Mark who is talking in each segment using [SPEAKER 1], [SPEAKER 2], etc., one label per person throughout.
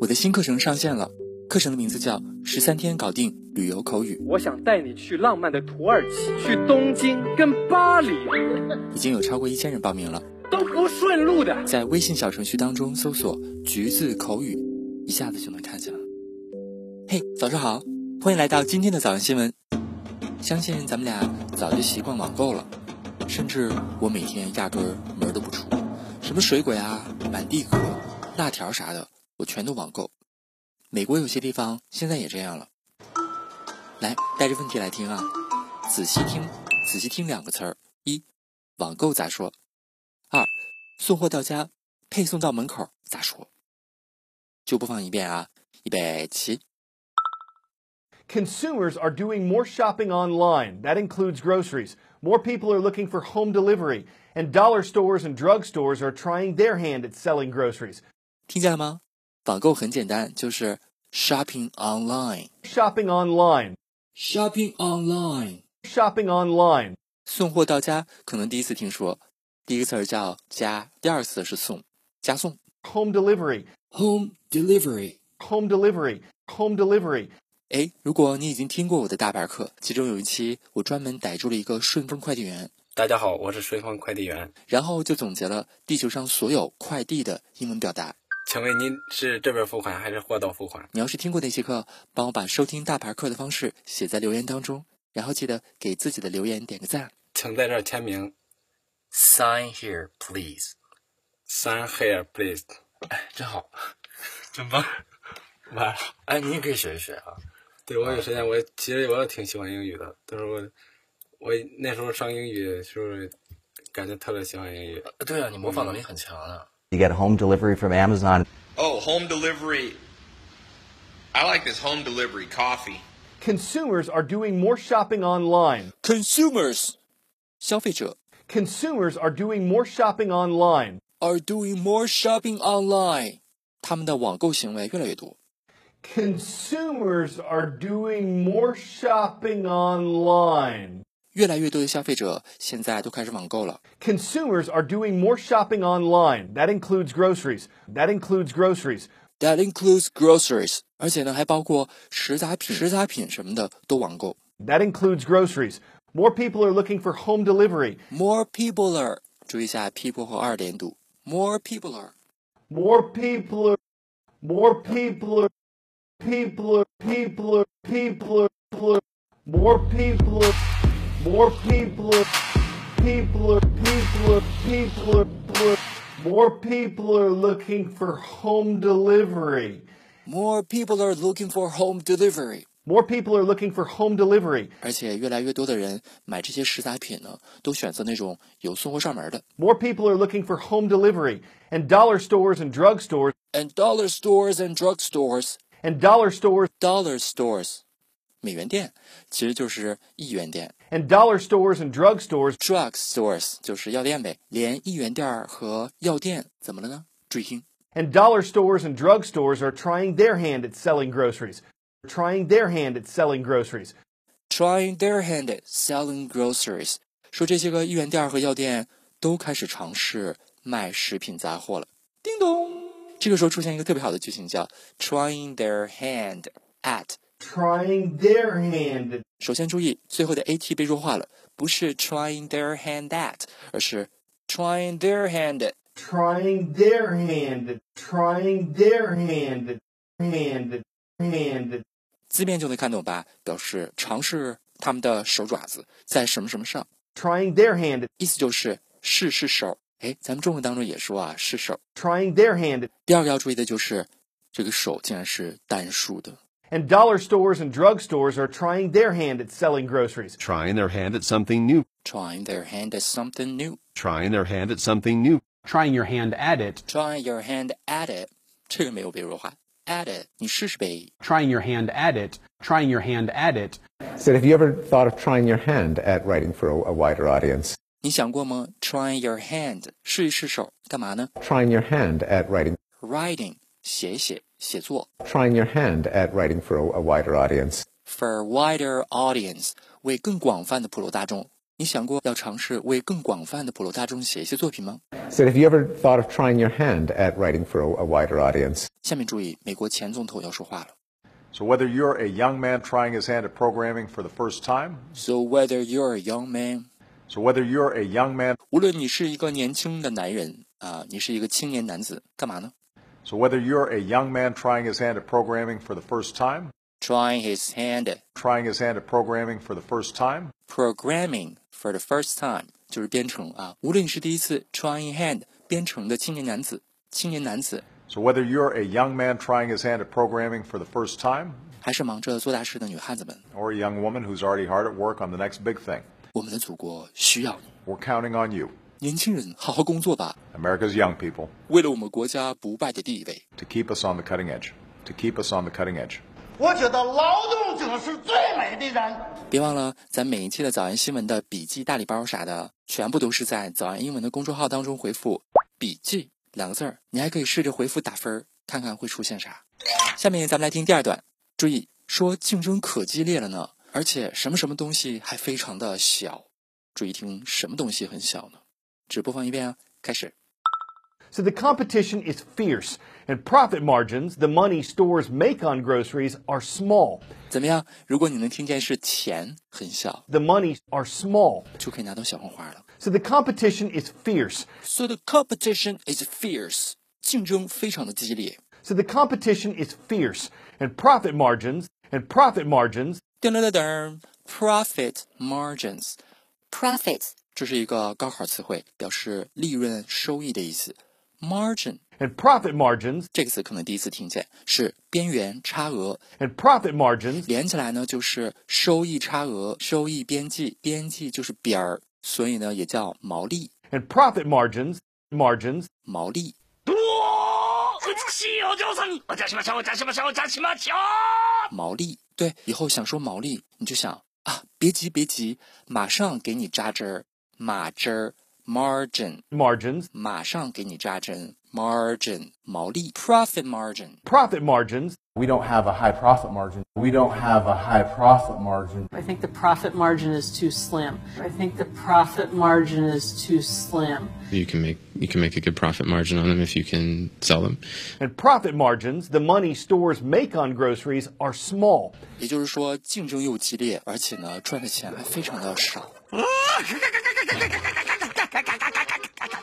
[SPEAKER 1] 我的新课程上线了，课程的名字叫《十三天搞定旅游口语》，
[SPEAKER 2] 我想带你去浪漫的土耳其，去东京跟巴黎，
[SPEAKER 1] 已经有超过一千人报名了。
[SPEAKER 2] 都不顺路的。
[SPEAKER 1] 在微信小程序当中搜索“橘子口语”，一下子就能看见了。嘿，早上好，欢迎来到今天的早安新闻。相信咱们俩早就习惯网购了，甚至我每天压根儿门儿都不出，什么水果呀、满地可、辣条啥的，我全都网购。美国有些地方现在也这样了。来，带着问题来听啊，仔细听，仔细听两个词儿：一，网购咋说？二，送货到家，配送到门口咋说？就播放一遍啊，预备起。
[SPEAKER 3] Consumers are doing more shopping online. That includes groceries. More people are looking for home delivery. And dollar stores and drugstores are trying their hand at selling groceries.
[SPEAKER 1] 听见了吗？网购很简单，就是 shopping online。
[SPEAKER 3] Shopping online.
[SPEAKER 1] shopping online。
[SPEAKER 3] Shopping online.
[SPEAKER 1] 送货到家，可能第一次听说。第一个词儿叫家，第二次是送，加送。
[SPEAKER 3] Home delivery.
[SPEAKER 1] home delivery。
[SPEAKER 3] Home delivery. Home delivery.
[SPEAKER 1] 哎，如果你已经听过我的大牌课，其中有一期我专门逮住了一个顺丰快递员，
[SPEAKER 4] 大家好，我是顺丰快递员。
[SPEAKER 1] 然后就总结了地球上所有快递的英文表达。
[SPEAKER 4] 请问您是这边付款还是货到付款？
[SPEAKER 1] 你要是听过那期课，帮我把收听大牌课的方式写在留言当中，然后记得给自己的留言点个赞。
[SPEAKER 4] 请在这儿签名。Sign here, please. Sign here, please. 哎，真好，真棒，完了。哎，你也可以学一学啊。对，我有时间，我其实我挺喜欢英语的，但是我我那时候上英语的时候，感觉特别喜欢英语。对啊，你模仿能力很强啊。
[SPEAKER 5] You get home delivery from Amazon.
[SPEAKER 6] Oh, home delivery. I like this home delivery coffee.
[SPEAKER 3] Consumers are doing more shopping online.
[SPEAKER 1] Consumers，消费者
[SPEAKER 3] Consumers are doing more shopping online.
[SPEAKER 1] are doing more shopping online，他们的网购行为越来越多。
[SPEAKER 3] Consumers are doing more shopping online.
[SPEAKER 1] 越来越多的消费者现在都开始网购了。
[SPEAKER 3] Consumers are doing more shopping online. That includes groceries. That includes groceries.
[SPEAKER 1] That includes groceries，而且呢还包括食杂品、食杂品什么的都网购。
[SPEAKER 3] That includes groceries. More people are looking for home delivery.
[SPEAKER 1] More people are，注意一下 people 和二连读。More people are。
[SPEAKER 3] More people are more people are people are people are people are, people are more people are more people are people are people are people are, people are more people are looking for home delivery.
[SPEAKER 1] More people are looking for home delivery。
[SPEAKER 3] More people are looking for home delivery.
[SPEAKER 1] 而且越来越多的人买这些食杂品呢，都选择那种有送货上门的。
[SPEAKER 3] More people are looking for home delivery. And dollar stores and drug stores
[SPEAKER 1] And dollar stores and drug stores,
[SPEAKER 3] and dollar stores
[SPEAKER 1] dollar stores，美元店其实就是一元店。
[SPEAKER 3] and dollar stores and drug stores
[SPEAKER 1] Drug stores 就是药店呗。连一元店儿和药店怎么了呢？注意听。
[SPEAKER 3] And dollar stores and drug stores are trying their hand at selling groceries. Trying their hand at selling groceries.
[SPEAKER 1] Trying their hand at selling groceries，说这些个一元店儿和药店都开始尝试卖食品杂货了。叮咚，这个时候出现一个特别好的句型，叫 trying their hand at。
[SPEAKER 3] Trying their hand at
[SPEAKER 1] 首先注意最后的 at 被弱化了，不是 trying their hand at，而是 trying their hand at。
[SPEAKER 3] trying their hand at trying their hand at hand at hand at
[SPEAKER 1] 字面就能看懂吧？表示尝试他们的手爪子在什么什么上，
[SPEAKER 3] trying their hand at
[SPEAKER 1] 意思就是试试手。哎，咱们中文当中也说啊，试手。
[SPEAKER 3] trying their hand at
[SPEAKER 1] 第二个要注意的就是，这个手竟然是单数的。
[SPEAKER 3] and dollar stores and drug stores are trying their hand at selling groceries.
[SPEAKER 7] trying their hand at something new,
[SPEAKER 1] Trying their hand at something new,
[SPEAKER 7] trying their hand at something new,
[SPEAKER 8] trying your hand at it,
[SPEAKER 1] trying your hand at it。这个没有被弱化，at it，你试试呗。
[SPEAKER 8] trying your hand at it, trying your hand at it,
[SPEAKER 9] Said, have you ever thought of trying your hand at writing for a, a wider audience?
[SPEAKER 1] 你想过吗？Trying your hand，试一试手，干嘛呢
[SPEAKER 9] Trying your hand at writing.
[SPEAKER 1] ？Writing，写一写，写作。
[SPEAKER 9] Trying your hand at writing for a, a wider audience.
[SPEAKER 1] For wider audience，为更广泛的普罗大众。你想过要尝试为更广泛的普罗大众写一些作品吗？
[SPEAKER 9] Said, have you ever thought of trying your hand at writing for a, a wider audience?
[SPEAKER 1] 下面注意，美国前总统要说话了。
[SPEAKER 10] So whether you're a young man trying his hand at programming for the first time,
[SPEAKER 1] So whether you're a young man，
[SPEAKER 10] so whether you're a young man,
[SPEAKER 1] 无论你是一个年轻的男人啊、你是一个青年男子，干嘛呢
[SPEAKER 10] so whether you're a young man trying his hand at programming for the first time,
[SPEAKER 1] ？Trying his hand at
[SPEAKER 10] trying his hand at programming for the first time,
[SPEAKER 1] programming for the first time，就是编程啊。无论你是第一次 trying hand 编程的青年男子、青年男子，
[SPEAKER 10] so whether you're a young man trying his hand at programming for the first time,
[SPEAKER 1] 还是忙着做大事的女汉子们，
[SPEAKER 10] or a young woman who's already hard at work on the next big thing,
[SPEAKER 1] 我们的祖国需要你。
[SPEAKER 10] we're counting on you,
[SPEAKER 1] 年轻人，好好工作吧，
[SPEAKER 10] America's young people,
[SPEAKER 1] 为了我们国家不败的地位。
[SPEAKER 10] to keep us on the cutting edge, to keep us on the cutting edge.
[SPEAKER 11] 我觉得劳动者是最美的人。
[SPEAKER 1] 别忘了，咱每一期的早安新闻的笔记大礼包啥的，全部都是在早安英文的公众号当中回复“笔记”两个字儿，你还可以试着回复打分儿，看看会出现啥。下面咱们来听第二段，注意说竞争可激烈了呢，而且什么什么东西还非常的小。注意听，什么东西很小呢？只播放一遍啊，开始。
[SPEAKER 3] So the competition is fierce, and profit margins, the money stores make on groceries, are small.
[SPEAKER 1] 怎么样？如果你能听见是钱很小，
[SPEAKER 3] The money are small.
[SPEAKER 1] 就可以拿到小红花了。
[SPEAKER 3] So the competition is fierce.
[SPEAKER 1] So the competition is fierce，竞争非常的激烈。
[SPEAKER 3] So the competition is fierce, and profit margins and profit margins
[SPEAKER 1] 噔噔噔噔，profit margins。profit 这是一个高考词汇，表示利润、收益的意思。margin
[SPEAKER 3] and profit margins
[SPEAKER 1] 这个词可能第一次听见，是边缘差额，
[SPEAKER 3] and profit margins
[SPEAKER 1] 连起来呢就是收益差额、收益边际，边际就是边儿，所以呢也叫毛利。
[SPEAKER 3] and profit margins margins
[SPEAKER 1] 毛利毛利，对，以后想说毛利，你就想啊，别急别急，马上给你扎针儿，马针儿 margin，
[SPEAKER 3] margins
[SPEAKER 1] 马上给你扎针 margin 毛利 profit margin。
[SPEAKER 3] profit margins
[SPEAKER 11] We don't have a high profit margin. We don't have a high profit margin. I think the profit margin is too slim. I think the profit margin is too slim.
[SPEAKER 4] You can make you can make a good profit margin on them if you can sell them.
[SPEAKER 3] and profit margins the money stores make on groceries are small
[SPEAKER 1] 也就是说，竞争又激烈，而且呢，赚的钱还非常的少。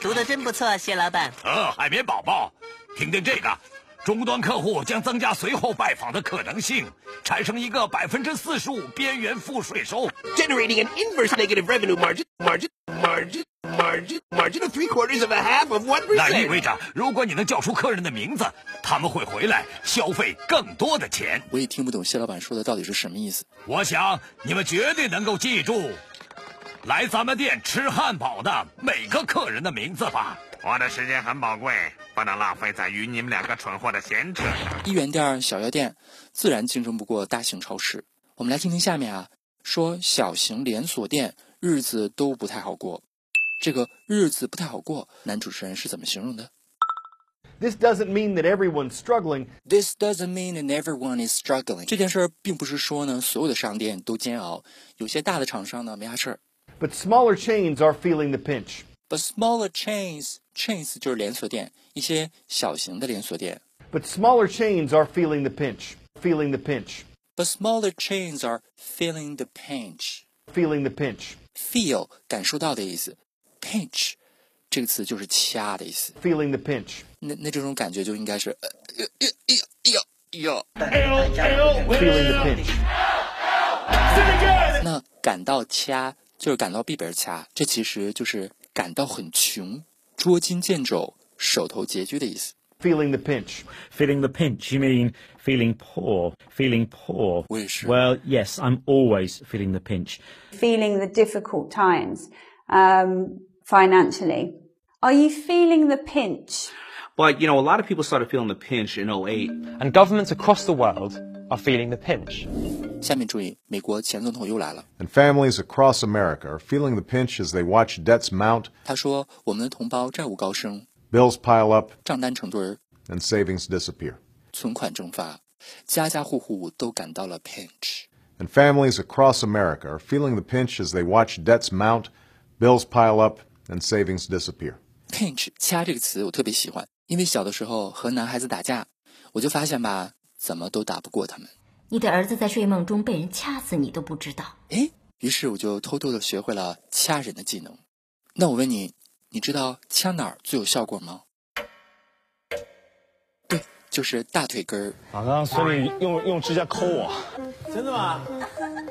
[SPEAKER 11] 读的真不错，谢老板。
[SPEAKER 10] 哦，海绵宝宝，听听这个，终端客户将增加随后拜访的可能性，产生一个百分之四十五边缘负税收。
[SPEAKER 11] Generating an inverse negative revenue margin, margin, margin, margin, margin of three quarters of a half of one
[SPEAKER 10] 那意
[SPEAKER 11] percent.
[SPEAKER 10] 味着，如果你能叫出客人的名字，他们会回来消费更多的钱。
[SPEAKER 1] 我也听不懂谢老板说的到底是什么意思。
[SPEAKER 10] 我想你们绝对能够记住，来咱们店吃汉堡的每个客人的名字吧。我的时间很宝贵，不能浪费在与你们两个蠢货的闲扯上。
[SPEAKER 1] 一元店儿、小药店自然竞争不过大型超市。我们来听听下面啊，说小型连锁店日子都不太好过。这个日子不太好过，男主持人是怎么形容的
[SPEAKER 3] this doesn't mean that everyone's struggling
[SPEAKER 1] ？This doesn't mean that everyone is struggling。这件事儿并不是说呢所有的商店都煎熬，有些大的厂商呢没啥事儿。
[SPEAKER 3] but smaller chains are feeling the pinch
[SPEAKER 1] But smaller chains chains 就是连锁店，一些小型的连锁店。
[SPEAKER 3] but smaller chains are feeling the pinch feeling the pinch
[SPEAKER 1] But smaller chains are feeling the pinch。
[SPEAKER 3] feeling the pinch
[SPEAKER 1] feel 感受到的意思，pinch 这个词就是掐的意思。
[SPEAKER 3] feeling the pinch
[SPEAKER 1] 那那这种感觉就应该是，呃，哎呦哎呦哎呦哎
[SPEAKER 3] feeling the pinch
[SPEAKER 1] 呦，那感到掐就是感到被别人掐，这其实就是感到很穷、捉襟见肘、手头拮据的意思。
[SPEAKER 3] feeling the pinch
[SPEAKER 11] Feeling the pinch, you mean feeling poor, feeling poor.
[SPEAKER 1] Wish.
[SPEAKER 11] Well, yes, I'm always feeling the pinch.
[SPEAKER 10] feeling the difficult times um, financially. Are you feeling the pinch?
[SPEAKER 11] But, you know, a lot of people started feeling the pinch in 08.
[SPEAKER 2] And governments across the world are feeling the pinch.
[SPEAKER 1] 下面注意，美国前总统又来了，
[SPEAKER 7] And families across America are feeling the pinch as they watch debts mount,
[SPEAKER 1] 他说：“我们的同胞债务高升，
[SPEAKER 7] bills pile up,
[SPEAKER 1] 账单成堆儿，
[SPEAKER 7] and savings disappear.
[SPEAKER 1] 存款蒸发，家家户户都感到了 pinch。”
[SPEAKER 7] and families across America are feeling the pinch as they watch debts mount, bills pile up, and savings disappear.
[SPEAKER 1] pinch 掐这个词我特别喜欢，因为小的时候和男孩子打架，我就发现吧，怎么都打不过他们。
[SPEAKER 12] 你的儿子在睡梦中被人掐死，你都不知道。
[SPEAKER 1] 诶，于是我就偷偷的学会了掐人的技能。那我问你，你知道掐哪儿最有效果吗？对，就是大腿根儿。
[SPEAKER 13] 啊，刚刚孙女用用指甲抠我，真的吗？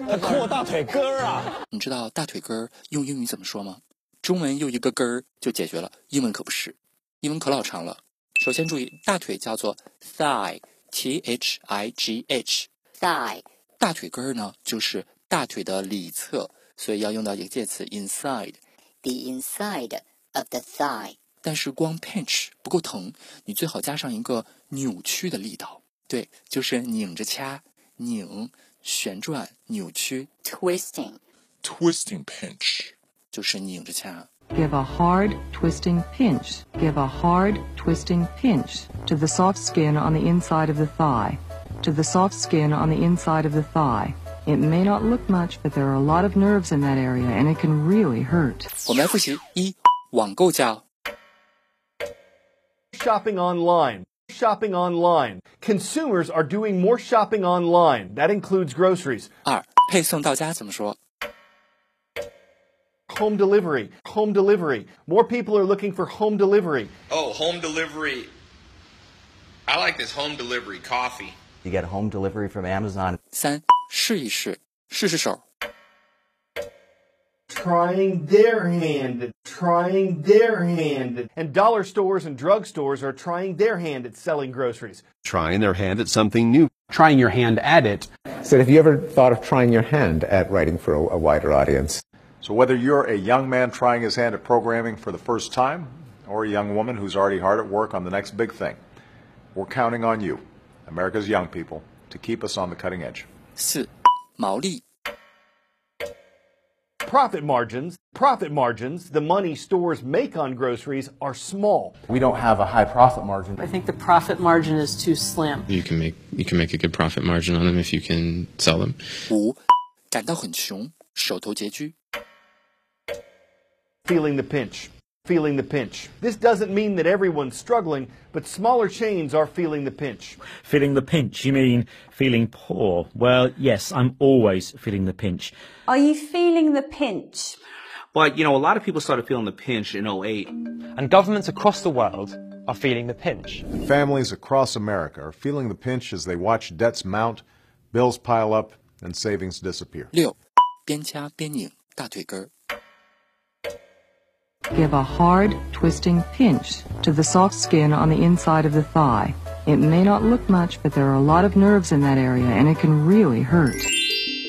[SPEAKER 13] 她抠我大腿根儿啊！
[SPEAKER 1] 你知道大腿根儿用英语怎么说吗？中文用一个根儿就解决了，英文可不是，英文可老长了。首先注意，大腿叫做 thigh，t h i g h，thigh。大腿根儿呢，就是大腿的里侧，所以要用到一个介词 inside，the inside of the thigh。但是光 pinch 不够疼，你最好加上一个扭曲的力道。对，就是拧着掐、拧、旋转、扭曲，twisting。Twisting pinch 就是拧着掐。
[SPEAKER 14] Give a hard, twisting pinch. Give a hard, twisting pinch to the soft skin on the inside of the thigh. To the soft skin on the inside of the thigh. It may not look much, but there are a lot of nerves in that area and it can really hurt.
[SPEAKER 1] 我们来复习：一、网购叫
[SPEAKER 3] Shopping online. Shopping online. Consumers are doing more shopping online. That includes groceries.
[SPEAKER 1] 二、配送到家怎么说？
[SPEAKER 3] Home delivery. Home delivery. More people are looking for home delivery.
[SPEAKER 6] Oh, home delivery. I like this home delivery coffee.
[SPEAKER 5] You get home delivery from Amazon.
[SPEAKER 1] 三、试一试，试试手。
[SPEAKER 3] Trying their hand. Trying their hand. And dollar stores and drugstores are trying their hand at selling groceries.
[SPEAKER 8] Trying their hand at something new. Trying your hand at it.
[SPEAKER 9] So, have you ever thought of trying your hand at writing for a, a wider audience?
[SPEAKER 7] So, whether you're a young man trying his hand at programming for the first time, or a young woman who's already hard at work on the next big thing, we're counting on you, America's young people, to keep us on the cutting edge.
[SPEAKER 1] 四、毛利
[SPEAKER 3] Profit margins. Profit margins. The money stores make on groceries are small.
[SPEAKER 8] We don't have a high profit margin.
[SPEAKER 11] I think the profit margin is too slim.
[SPEAKER 15] You can make you can make a good profit margin on them if you can sell them.
[SPEAKER 1] 五，感到很穷，手头拮据。
[SPEAKER 3] Feeling the pinch. Feeling the pinch. This doesn't mean that everyone's struggling, but smaller chains are feeling the pinch.
[SPEAKER 16] Feeling the pinch, you mean feeling poor? Well, yes, I'm always feeling the pinch.
[SPEAKER 17] Are you feeling the pinch?
[SPEAKER 16] Well, you know, a lot of people started feeling the pinch in 08.
[SPEAKER 18] And governments across the world are feeling the pinch.
[SPEAKER 7] And families across America are feeling the pinch as they watch debts mount, bills pile up, and savings disappear.
[SPEAKER 1] 六，边掐边拧大腿根儿。
[SPEAKER 14] Give a hard, twisting pinch to the soft skin on the inside of the thigh. It may not look much, but there are a lot of nerves in that area and it can really hurt.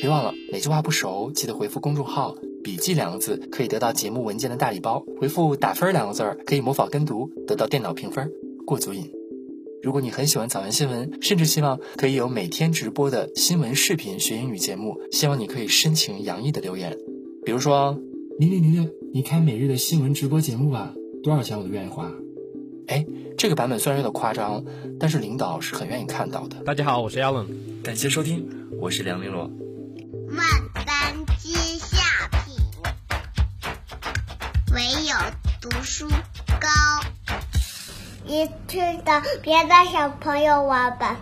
[SPEAKER 1] 别忘了，哪句话不熟，记得回复公众号“笔记”两个字，可以得到节目文件的大礼包；回复“打分”两个字儿，可以模仿跟读，得到电脑评分。过足瘾。如果你很喜欢早安新闻，甚至希望可以有每天直播的新闻视频学英语节目，希望你可以深情洋溢的留言，比如说：“零零零六，你开每日的新闻直播节目吧，多少钱我都愿意花。”哎，这个版本虽然有点夸张，但是领导是很愿意看到的。
[SPEAKER 18] 大家好，我是 Alan，
[SPEAKER 1] 感谢收听，我是梁玲珑。
[SPEAKER 19] 万般皆下品，唯有读书高。你知道别的小朋友玩吧。